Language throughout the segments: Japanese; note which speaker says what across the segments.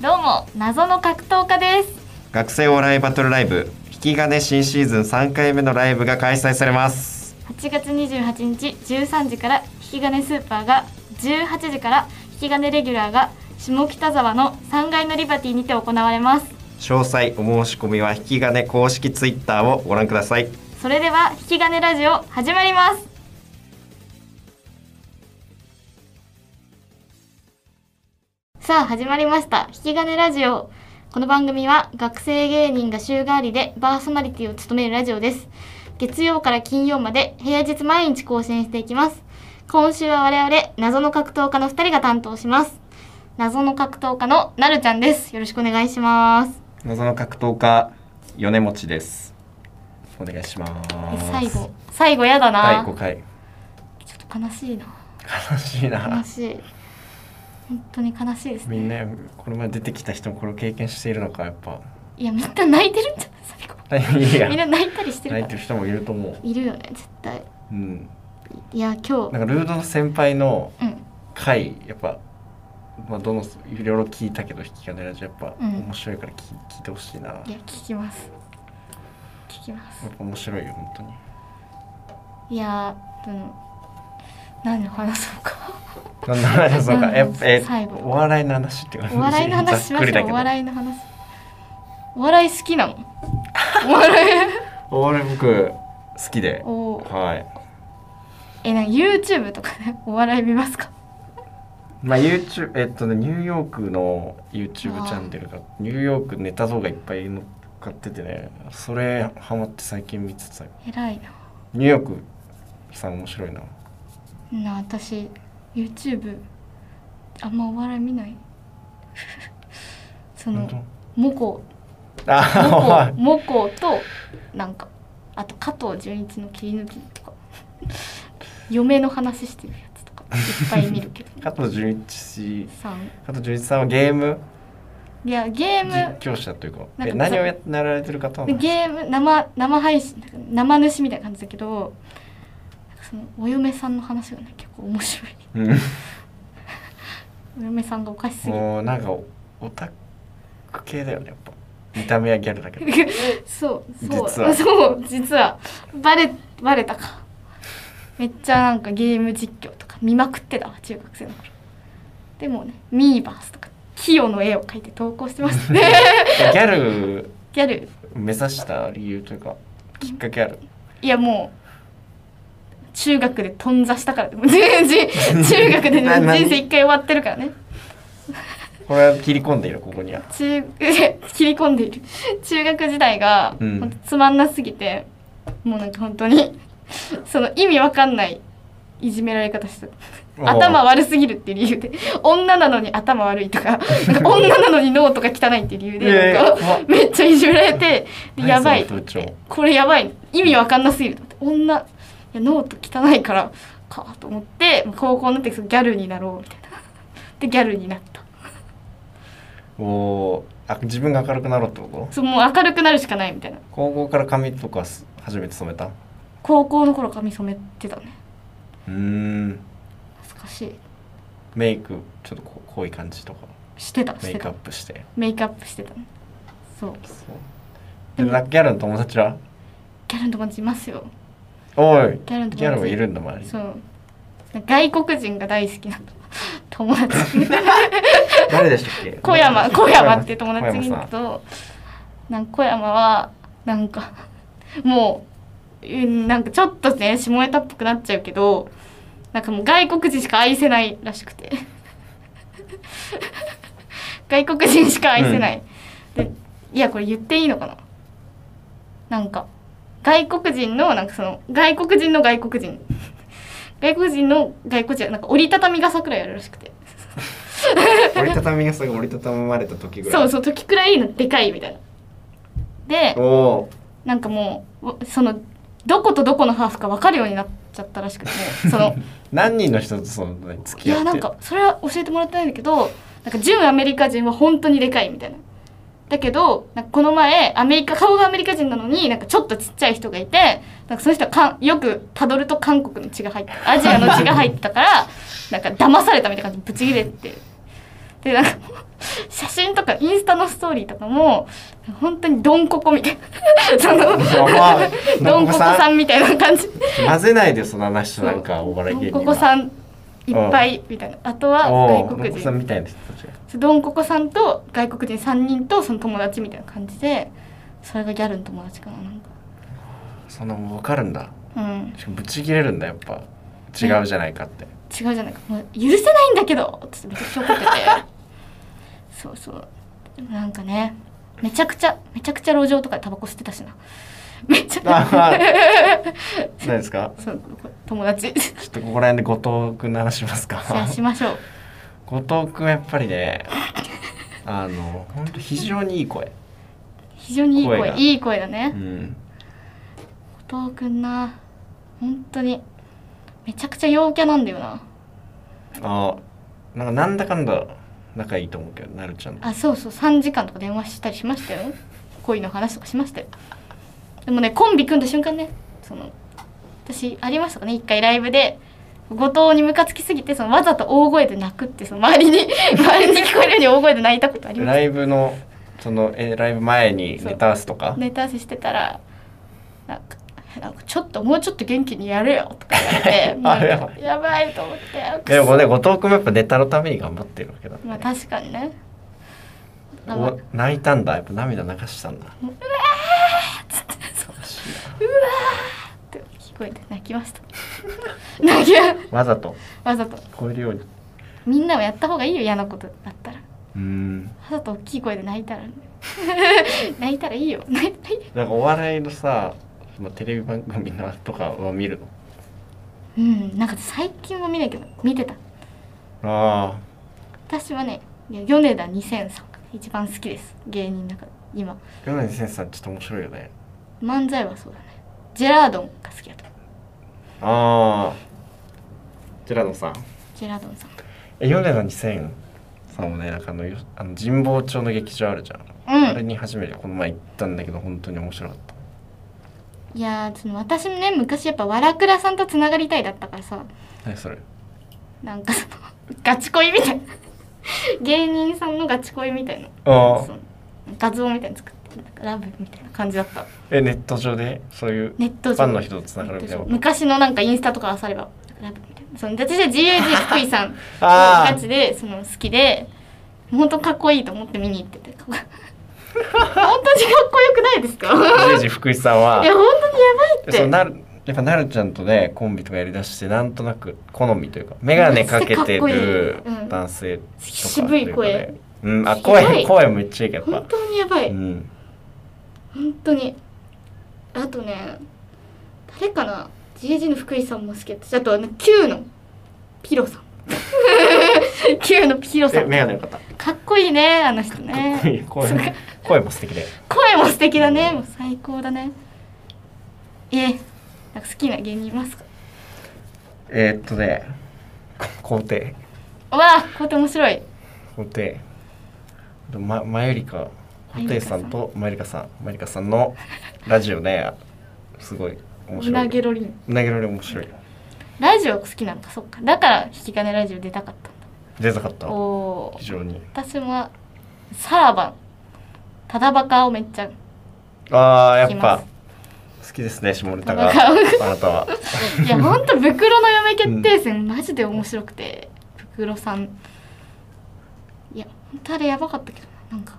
Speaker 1: どうも謎の格闘家です
Speaker 2: 学生お笑いバトルライブ引き金新シーズン3回目のライブが開催されます
Speaker 1: 8月28日13時から引き金スーパーが18時から引き金レギュラーが下北沢の3階のリバティにて行われます
Speaker 2: 詳細お申し込みは引き金公式ツイッターをご覧ください
Speaker 1: それでは引き金ラジオ始まりますさあ始まりました引き金ラジオこの番組は学生芸人が週替わりでパーソナリティを務めるラジオです月曜から金曜まで平日毎日更新していきます今週は我々謎の格闘家の2人が担当します謎の格闘家のなるちゃんですよろしくお願いします
Speaker 2: 謎の格闘家米持ですお願いしま
Speaker 1: え
Speaker 2: す
Speaker 1: 最後最後やだ
Speaker 2: 第
Speaker 1: な
Speaker 2: 5回
Speaker 1: ちょっと悲しいな
Speaker 2: 悲しい
Speaker 1: 悲
Speaker 2: な
Speaker 1: しい本当に悲しいですね
Speaker 2: みんなこの前出てきた人もこれを経験しているのかやっぱ
Speaker 1: いやみんな泣いてるんじゃない最後
Speaker 2: いや
Speaker 1: みんな泣いたりしてる
Speaker 2: 泣い
Speaker 1: か
Speaker 2: て
Speaker 1: ら
Speaker 2: る人もいると思う
Speaker 1: いるよね絶対
Speaker 2: うん
Speaker 1: いや今日
Speaker 2: なんかルードの先輩の
Speaker 1: うん
Speaker 2: 回やっぱまあどのいろいろ聞いたけど引き金ラジオやっぱ
Speaker 1: うん
Speaker 2: 面白いから聞,、聞いてほしいなやっ
Speaker 1: いや聞きます聞きます
Speaker 2: ぱ面白いよ本当に
Speaker 1: いやーうん何を話そうか
Speaker 2: なんだなん だそうか
Speaker 1: うん
Speaker 2: ええ
Speaker 1: 最後
Speaker 2: お笑いの話って感じ
Speaker 1: お笑いの話し
Speaker 2: ざっ
Speaker 1: ま
Speaker 2: くり
Speaker 1: しょう
Speaker 2: だけ
Speaker 1: お
Speaker 2: ど
Speaker 1: 笑いの話お笑い好きなのお笑い
Speaker 2: お笑い僕好きで
Speaker 1: おー
Speaker 2: はい
Speaker 1: えなんか YouTube とかねお笑い見ますか
Speaker 2: まあ YouTube えっとねニューヨークの YouTube チャンネルがニューヨークネタ動画いっぱい乗っかっててねそれハマって最近見てたよ
Speaker 1: 偉いな
Speaker 2: ニューヨークさん面白いな
Speaker 1: な私 YouTube あんまお笑い見ない その
Speaker 2: 本
Speaker 1: モコ
Speaker 2: 当あ おい
Speaker 1: モコモコとなんかあと加藤純一の切り抜きとか嫁の話してるやつとかいっぱい見るけど
Speaker 2: 加藤純一
Speaker 1: さん
Speaker 2: 加藤純一さんはゲーム
Speaker 1: いやゲーム
Speaker 2: 実況者というか
Speaker 1: なんか
Speaker 2: え何をやってなられてる方な
Speaker 1: で
Speaker 2: の
Speaker 1: ゲーム生生配信なんか生主みたいな感じだけどなんかそのお嫁さんの話がね結構面白い
Speaker 2: うん
Speaker 1: お嫁さんがおかしすぎる
Speaker 2: もうなんかオタク系だよねやっぱ見た目はギャルだけど
Speaker 1: そうそう
Speaker 2: 実は
Speaker 1: そう実はバレバレたかめっちゃなんかゲーム実況とか見まくってたわ中学生の頃でもねミーバースとかキヨの絵を描いて投稿してま したね
Speaker 2: ギャル
Speaker 1: ギャル
Speaker 2: 目指した理由というかきっかけある
Speaker 1: いやもう中学で頓挫したからでも全然中学でね
Speaker 2: なな
Speaker 1: 人生一回終わってるからね
Speaker 2: これは切り込んでいるここには
Speaker 1: 中切り込んでいる 中学時代が、
Speaker 2: うん
Speaker 1: ほんとつまんなすぎてもうなんか本当に その意味わかんないいじめられ方してた 頭悪すぎるっていう理由で女なのに頭悪いとかなん か女なのに脳とか汚いっていう理由で
Speaker 2: えー
Speaker 1: なんか、
Speaker 2: 怖っ
Speaker 1: めっちゃいじめられてで
Speaker 2: 何
Speaker 1: やばい
Speaker 2: そ
Speaker 1: と
Speaker 2: の
Speaker 1: 思っ
Speaker 2: 風潮
Speaker 1: てこれやばい意味わかんなすぎると思って女いや脳と汚いからかと思ってもう高校になってギャルになろうみたいなでギャルになった
Speaker 2: おーあ自分が明るくなろうってこと
Speaker 1: そうもう明るくなるしかないみたいな
Speaker 2: 高校から髪とかす初めて染めたう
Speaker 1: 高校の頃髪染めてたね
Speaker 2: ーん
Speaker 1: 懐かしい
Speaker 2: メイクちょっとこ濃い感じとか
Speaker 1: してたし
Speaker 2: メ
Speaker 1: て
Speaker 2: イク
Speaker 1: た
Speaker 2: アップして
Speaker 1: メイクアップしてたねそう
Speaker 2: でなんかギャルの友達は
Speaker 1: ギャルの友達いますよ
Speaker 2: おい
Speaker 1: ギャルの友達
Speaker 2: ギャルもいるんだ周りに
Speaker 1: そう外国人が大好きな友達
Speaker 2: 誰でしたっけ
Speaker 1: 小山小山って友達がいる
Speaker 2: 小
Speaker 1: け
Speaker 2: 山さ
Speaker 1: どなんか小山はなんか もううんなんかちょっとね下ネタっぽくなっちゃうけどなんかもう外国人しか愛せないらしくて 外国人しか愛せない、でいやこれ言っていいのかななんか外国人のなんかその外国人の外国人外国人の外国人なんか折りたたみ傘くらいあるらしくて
Speaker 2: ん折りたたみがすごい折りたたまれた時ぐらい
Speaker 1: そうそう時くらいのでかいみたいなで
Speaker 2: おー
Speaker 1: なんかもうわそのどことどこのハーフか分かるようになっちゃったらしくてその
Speaker 2: 何人の人とその付
Speaker 1: い
Speaker 2: き合って
Speaker 1: やなんかそれは教えてもらってないんだけどなんか純アメリカ人は本当にでかいみたいなだけどなんかこの前アメリカ顔がアメリカ人なのになんかちょっとちっちゃい人がいてなんかその人はかんよくたどると韓 国の血が入ってアジアの血が入ってたからなんか騙されたみたいな感じでブチ切れてでなんか写真とかインスタのストーリーとかも本当にドンココみたいなそのドンココさんみたいな感じ
Speaker 2: 混ぜないでその話となんかお笑い芸人
Speaker 1: ド
Speaker 2: は
Speaker 1: ンココさんいっぱいみたいなあとは
Speaker 2: おう
Speaker 1: 外国
Speaker 2: お子さん
Speaker 1: 人
Speaker 2: みたいな人たちが
Speaker 1: ドンココさんと外国人3人とその友達みたいな感じでそれがギャルの友達かななんか
Speaker 2: そんなもん分かるんだ
Speaker 1: うん
Speaker 2: しかもぶち切れるんだやっぱ違うじゃない かって
Speaker 1: 違うじゃないかもう許せないんだけどっつってめちゃくちゃ怒って てそうそうでもなんかねめちゃくちゃめちゃくちゃ路上とかでタバコ吸ってたしな めっち
Speaker 2: あ
Speaker 1: ゃ
Speaker 2: まあ何ですか
Speaker 1: そう友達
Speaker 2: ちょっとここら辺で後藤君の話しますか
Speaker 1: シェアしましょう
Speaker 2: 後藤君はやっぱりねあの本当非常にいい声
Speaker 1: 非常にいい声
Speaker 2: 声が
Speaker 1: いい声だ
Speaker 2: う
Speaker 1: ね
Speaker 2: ん
Speaker 1: 後藤くんな本当にめちゃくちゃ陽キャなんだよな
Speaker 2: あなんかなんだかんだ仲いいと思うけどなるちゃんと
Speaker 1: あそうそう3時間とか電話したりしましたよ恋の話とかしましたよでもねコンビ組んだ瞬間ねその私ありましたかね一回ライブで後藤にムカつきすぎてそのわざと大声で泣くってその周りに 周りに聞こえるように大声で泣いたことありま
Speaker 2: ラ
Speaker 1: す
Speaker 2: イブのそのえライブ前にネタ合わせとか
Speaker 1: ネタ合わせしてたらなんかなんかちょっともうちょっと元気にやれよとか言われてもう
Speaker 2: あやば
Speaker 1: やばいと思ってあく
Speaker 2: でも
Speaker 1: そ
Speaker 2: ね後藤君もやっぱネタのために頑張ってるわけだ、
Speaker 1: まあ確かにねだから
Speaker 2: お泣いたんだやっぱ涙流したんだうわ
Speaker 1: って聞こえて泣きました 泣きま
Speaker 2: わざと
Speaker 1: わざと
Speaker 2: 聞こえるように
Speaker 1: みんなもやった方がいいよ嫌なことだったら。
Speaker 2: うん
Speaker 1: わざと大きい声で泣いたら 泣いたらいいよ。 泣いたらいいよ
Speaker 2: なんかお笑いのさ、まあ、テレビ番組のとかは見るの
Speaker 1: うん、なんか最近は見ないけど見てた。
Speaker 2: あ
Speaker 1: 私はね、いや米田2000さんが一番好きです。芸人の中で今
Speaker 2: あ米津先生さんちょっと面白いよね
Speaker 1: 漫才はそうだね。ジェラードンが好きだった。
Speaker 2: ああジェラードンさん
Speaker 1: ジェラードンさん。
Speaker 2: え米田2000さんもねなんかあのよあの神保町の劇場あるじゃん、あ
Speaker 1: う
Speaker 2: れ
Speaker 1: ん。
Speaker 2: に初めてこの前行ったんだけど本当に面白かった
Speaker 1: いやーその私もね昔やっぱわらくらさんとつながりたいだったからさ、
Speaker 2: 何それ
Speaker 1: なんかそのガチ恋みたいな芸人さんのガチ恋みたいな。
Speaker 2: ああ
Speaker 1: その画像みたいに作ってなんかラブみたいな感じだった。
Speaker 2: えネット上でそういう
Speaker 1: ネット
Speaker 2: ファ
Speaker 1: 上
Speaker 2: ンの人とつながるみたいなこと
Speaker 1: 昔のなんかインスタとかあさればラブみたいなその私は GAG 福井さん
Speaker 2: あー
Speaker 1: ガチでその好きで本当かっこいいと思って見に行ってて本当にかっこよくないですかい
Speaker 2: ジェイジ福井さんは
Speaker 1: や本当に
Speaker 2: そう
Speaker 1: やばいって
Speaker 2: なるやっぱなるちゃんとねコンビとかやりだしてなんとなく好みというか眼鏡かけてる
Speaker 1: めっちゃかっこいいうん
Speaker 2: 男性とか
Speaker 1: 渋い声
Speaker 2: とうかねうんあ
Speaker 1: ひど
Speaker 2: 声
Speaker 1: い
Speaker 2: 声めっちゃいいけどやっ
Speaker 1: 本
Speaker 2: ぱ
Speaker 1: 当にやばい、
Speaker 2: うん
Speaker 1: 本当にあとね誰かな GAG の福井さんも好きだったあとあの Q のピロさん Q のピロさ
Speaker 2: で
Speaker 1: ん
Speaker 2: 眼鏡の方
Speaker 1: かっこいいねあの人ね
Speaker 2: 声声声も素敵で
Speaker 1: 声も素敵だねもう最高だねえなんか好きな芸人いますか
Speaker 2: えーっとねこ皇帝
Speaker 1: うわあこうやって面白い
Speaker 2: 皇帝まマユリカ皇帝さんとマユリカさんマユリカさんのラジオねすごい面
Speaker 1: う
Speaker 2: 白
Speaker 1: ないげろりん
Speaker 2: 投げられ面白い
Speaker 1: ラジオ好きなのかそっかだから引き金ラジオ出たかったん
Speaker 2: 出たかった
Speaker 1: だおお
Speaker 2: 非常に
Speaker 1: 私もさらばただバカをめっちゃ
Speaker 2: ああや
Speaker 1: 聞き
Speaker 2: っ
Speaker 1: ま
Speaker 2: ぱ
Speaker 1: す
Speaker 2: 好きですね下ネタが
Speaker 1: わ
Speaker 2: あ
Speaker 1: かる
Speaker 2: なたはい
Speaker 1: やほんと袋の嫁決定戦、マジで面白くて袋さんいやほんとあれやばかったけどななんか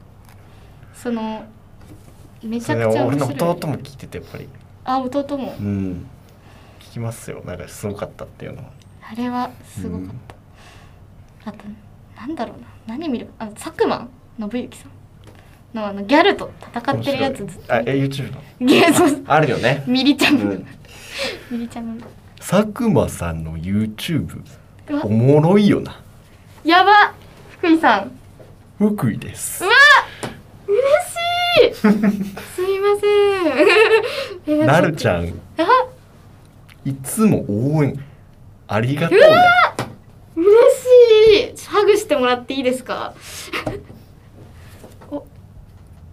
Speaker 1: そのめち
Speaker 2: そ
Speaker 1: ゃ
Speaker 2: れ
Speaker 1: く
Speaker 2: で
Speaker 1: ちゃ
Speaker 2: 俺
Speaker 1: 面
Speaker 2: の
Speaker 1: 白い
Speaker 2: 弟も聞いててやっぱり
Speaker 1: あ弟も
Speaker 2: うん聞きますよなんかすごかったっていうのは
Speaker 1: あれはすごかった、あとなんだろうな何見るあの佐久間信行さんのあのギャルと戦ってるやつ
Speaker 2: 面
Speaker 1: ずっ
Speaker 2: 白い
Speaker 1: と
Speaker 2: あえ YouTube の
Speaker 1: ゲ ーム
Speaker 2: あるよね
Speaker 1: ミリちゃん、
Speaker 2: うん
Speaker 1: ミリちゃんの
Speaker 2: 佐久間さんの YouTube
Speaker 1: うわ
Speaker 2: おもろいよな
Speaker 1: やば福井さん
Speaker 2: 福井です
Speaker 1: うわ 嬉しいすいませんえ
Speaker 2: なるちゃん
Speaker 1: あ
Speaker 2: いつも応援ありがとうね
Speaker 1: 嬉しいハグしてもらっていいですか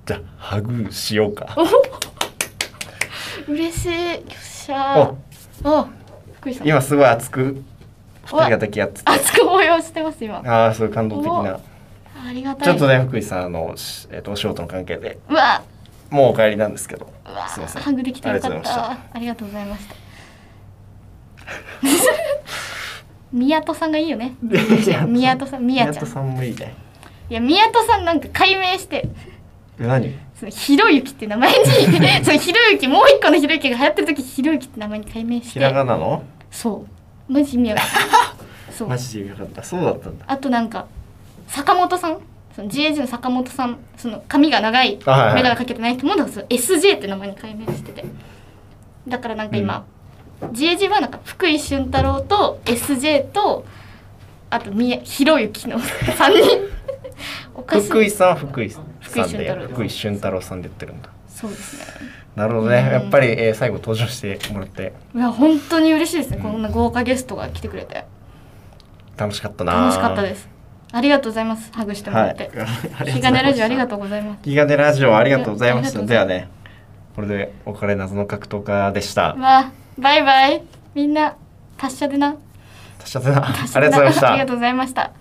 Speaker 2: じゃあハグしようか
Speaker 1: 嬉しいよっしゃ
Speaker 2: お
Speaker 1: ーお福井さん
Speaker 2: 今すごい熱く二人が抱き合ってて
Speaker 1: 熱く応援してます今
Speaker 2: ああすごい感動的
Speaker 1: お
Speaker 2: な
Speaker 1: ありがたい
Speaker 2: ちょっとね福井さんあの、しえっとお仕事の関係で
Speaker 1: うわ
Speaker 2: もうお帰りなんですけど
Speaker 1: うわ
Speaker 2: すいません
Speaker 1: ハグできてよか
Speaker 2: あり
Speaker 1: っ
Speaker 2: がとうございま
Speaker 1: たありがとうございました 宮戸さんがいいよね宮戸さん宮
Speaker 2: 宮
Speaker 1: ちゃ
Speaker 2: 戸
Speaker 1: ん
Speaker 2: さんもいいね
Speaker 1: いや宮戸さんなんか解明して
Speaker 2: え何
Speaker 1: そのひろゆきって名前 にそのひろゆきもう一個のひろゆきが流行ってる時ひろゆきって名前に改名し
Speaker 2: ひら
Speaker 1: て
Speaker 2: がなの
Speaker 1: そうマジ意味 わかんないそう
Speaker 2: マジでよかったそうだったんだ
Speaker 1: あとなんか坂本さんその GAG の坂本さんその髪が長い眼
Speaker 2: あはいはい
Speaker 1: 鏡かけてない人もだからその SJ って名前に改名しててだからなんか今、GAG はなんか福井俊太郎と SJ とあとみやひろゆきの 3人おかしい
Speaker 2: 福井さんは福井さんで
Speaker 1: 福井俊太郎
Speaker 2: 福井俊太郎さんで言ってるんだ
Speaker 1: そうですね
Speaker 2: なるほど
Speaker 1: う
Speaker 2: ね
Speaker 1: ん
Speaker 2: やっぱり、えー最後登場してもらって
Speaker 1: いや本当に嬉しいですね、
Speaker 2: うん
Speaker 1: こんな豪華ゲストが来てくれて
Speaker 2: 楽しかったな
Speaker 1: 楽しかったですすありがとうございますハグしても
Speaker 2: は
Speaker 1: ら
Speaker 2: い
Speaker 1: って、
Speaker 2: あり
Speaker 1: 気がねラジオありが
Speaker 2: と
Speaker 1: とう
Speaker 2: う
Speaker 1: ございます
Speaker 2: ございますギガネラジオありがとうございまし
Speaker 1: あ
Speaker 2: た
Speaker 1: り
Speaker 2: で
Speaker 1: がとうご
Speaker 2: は
Speaker 1: ざ
Speaker 2: ねこれでお別れ謎の格闘家でした
Speaker 1: わあバイバイみんな達者でな
Speaker 2: 達者だなありがとうございまし
Speaker 1: あ
Speaker 2: た
Speaker 1: りがとうございました。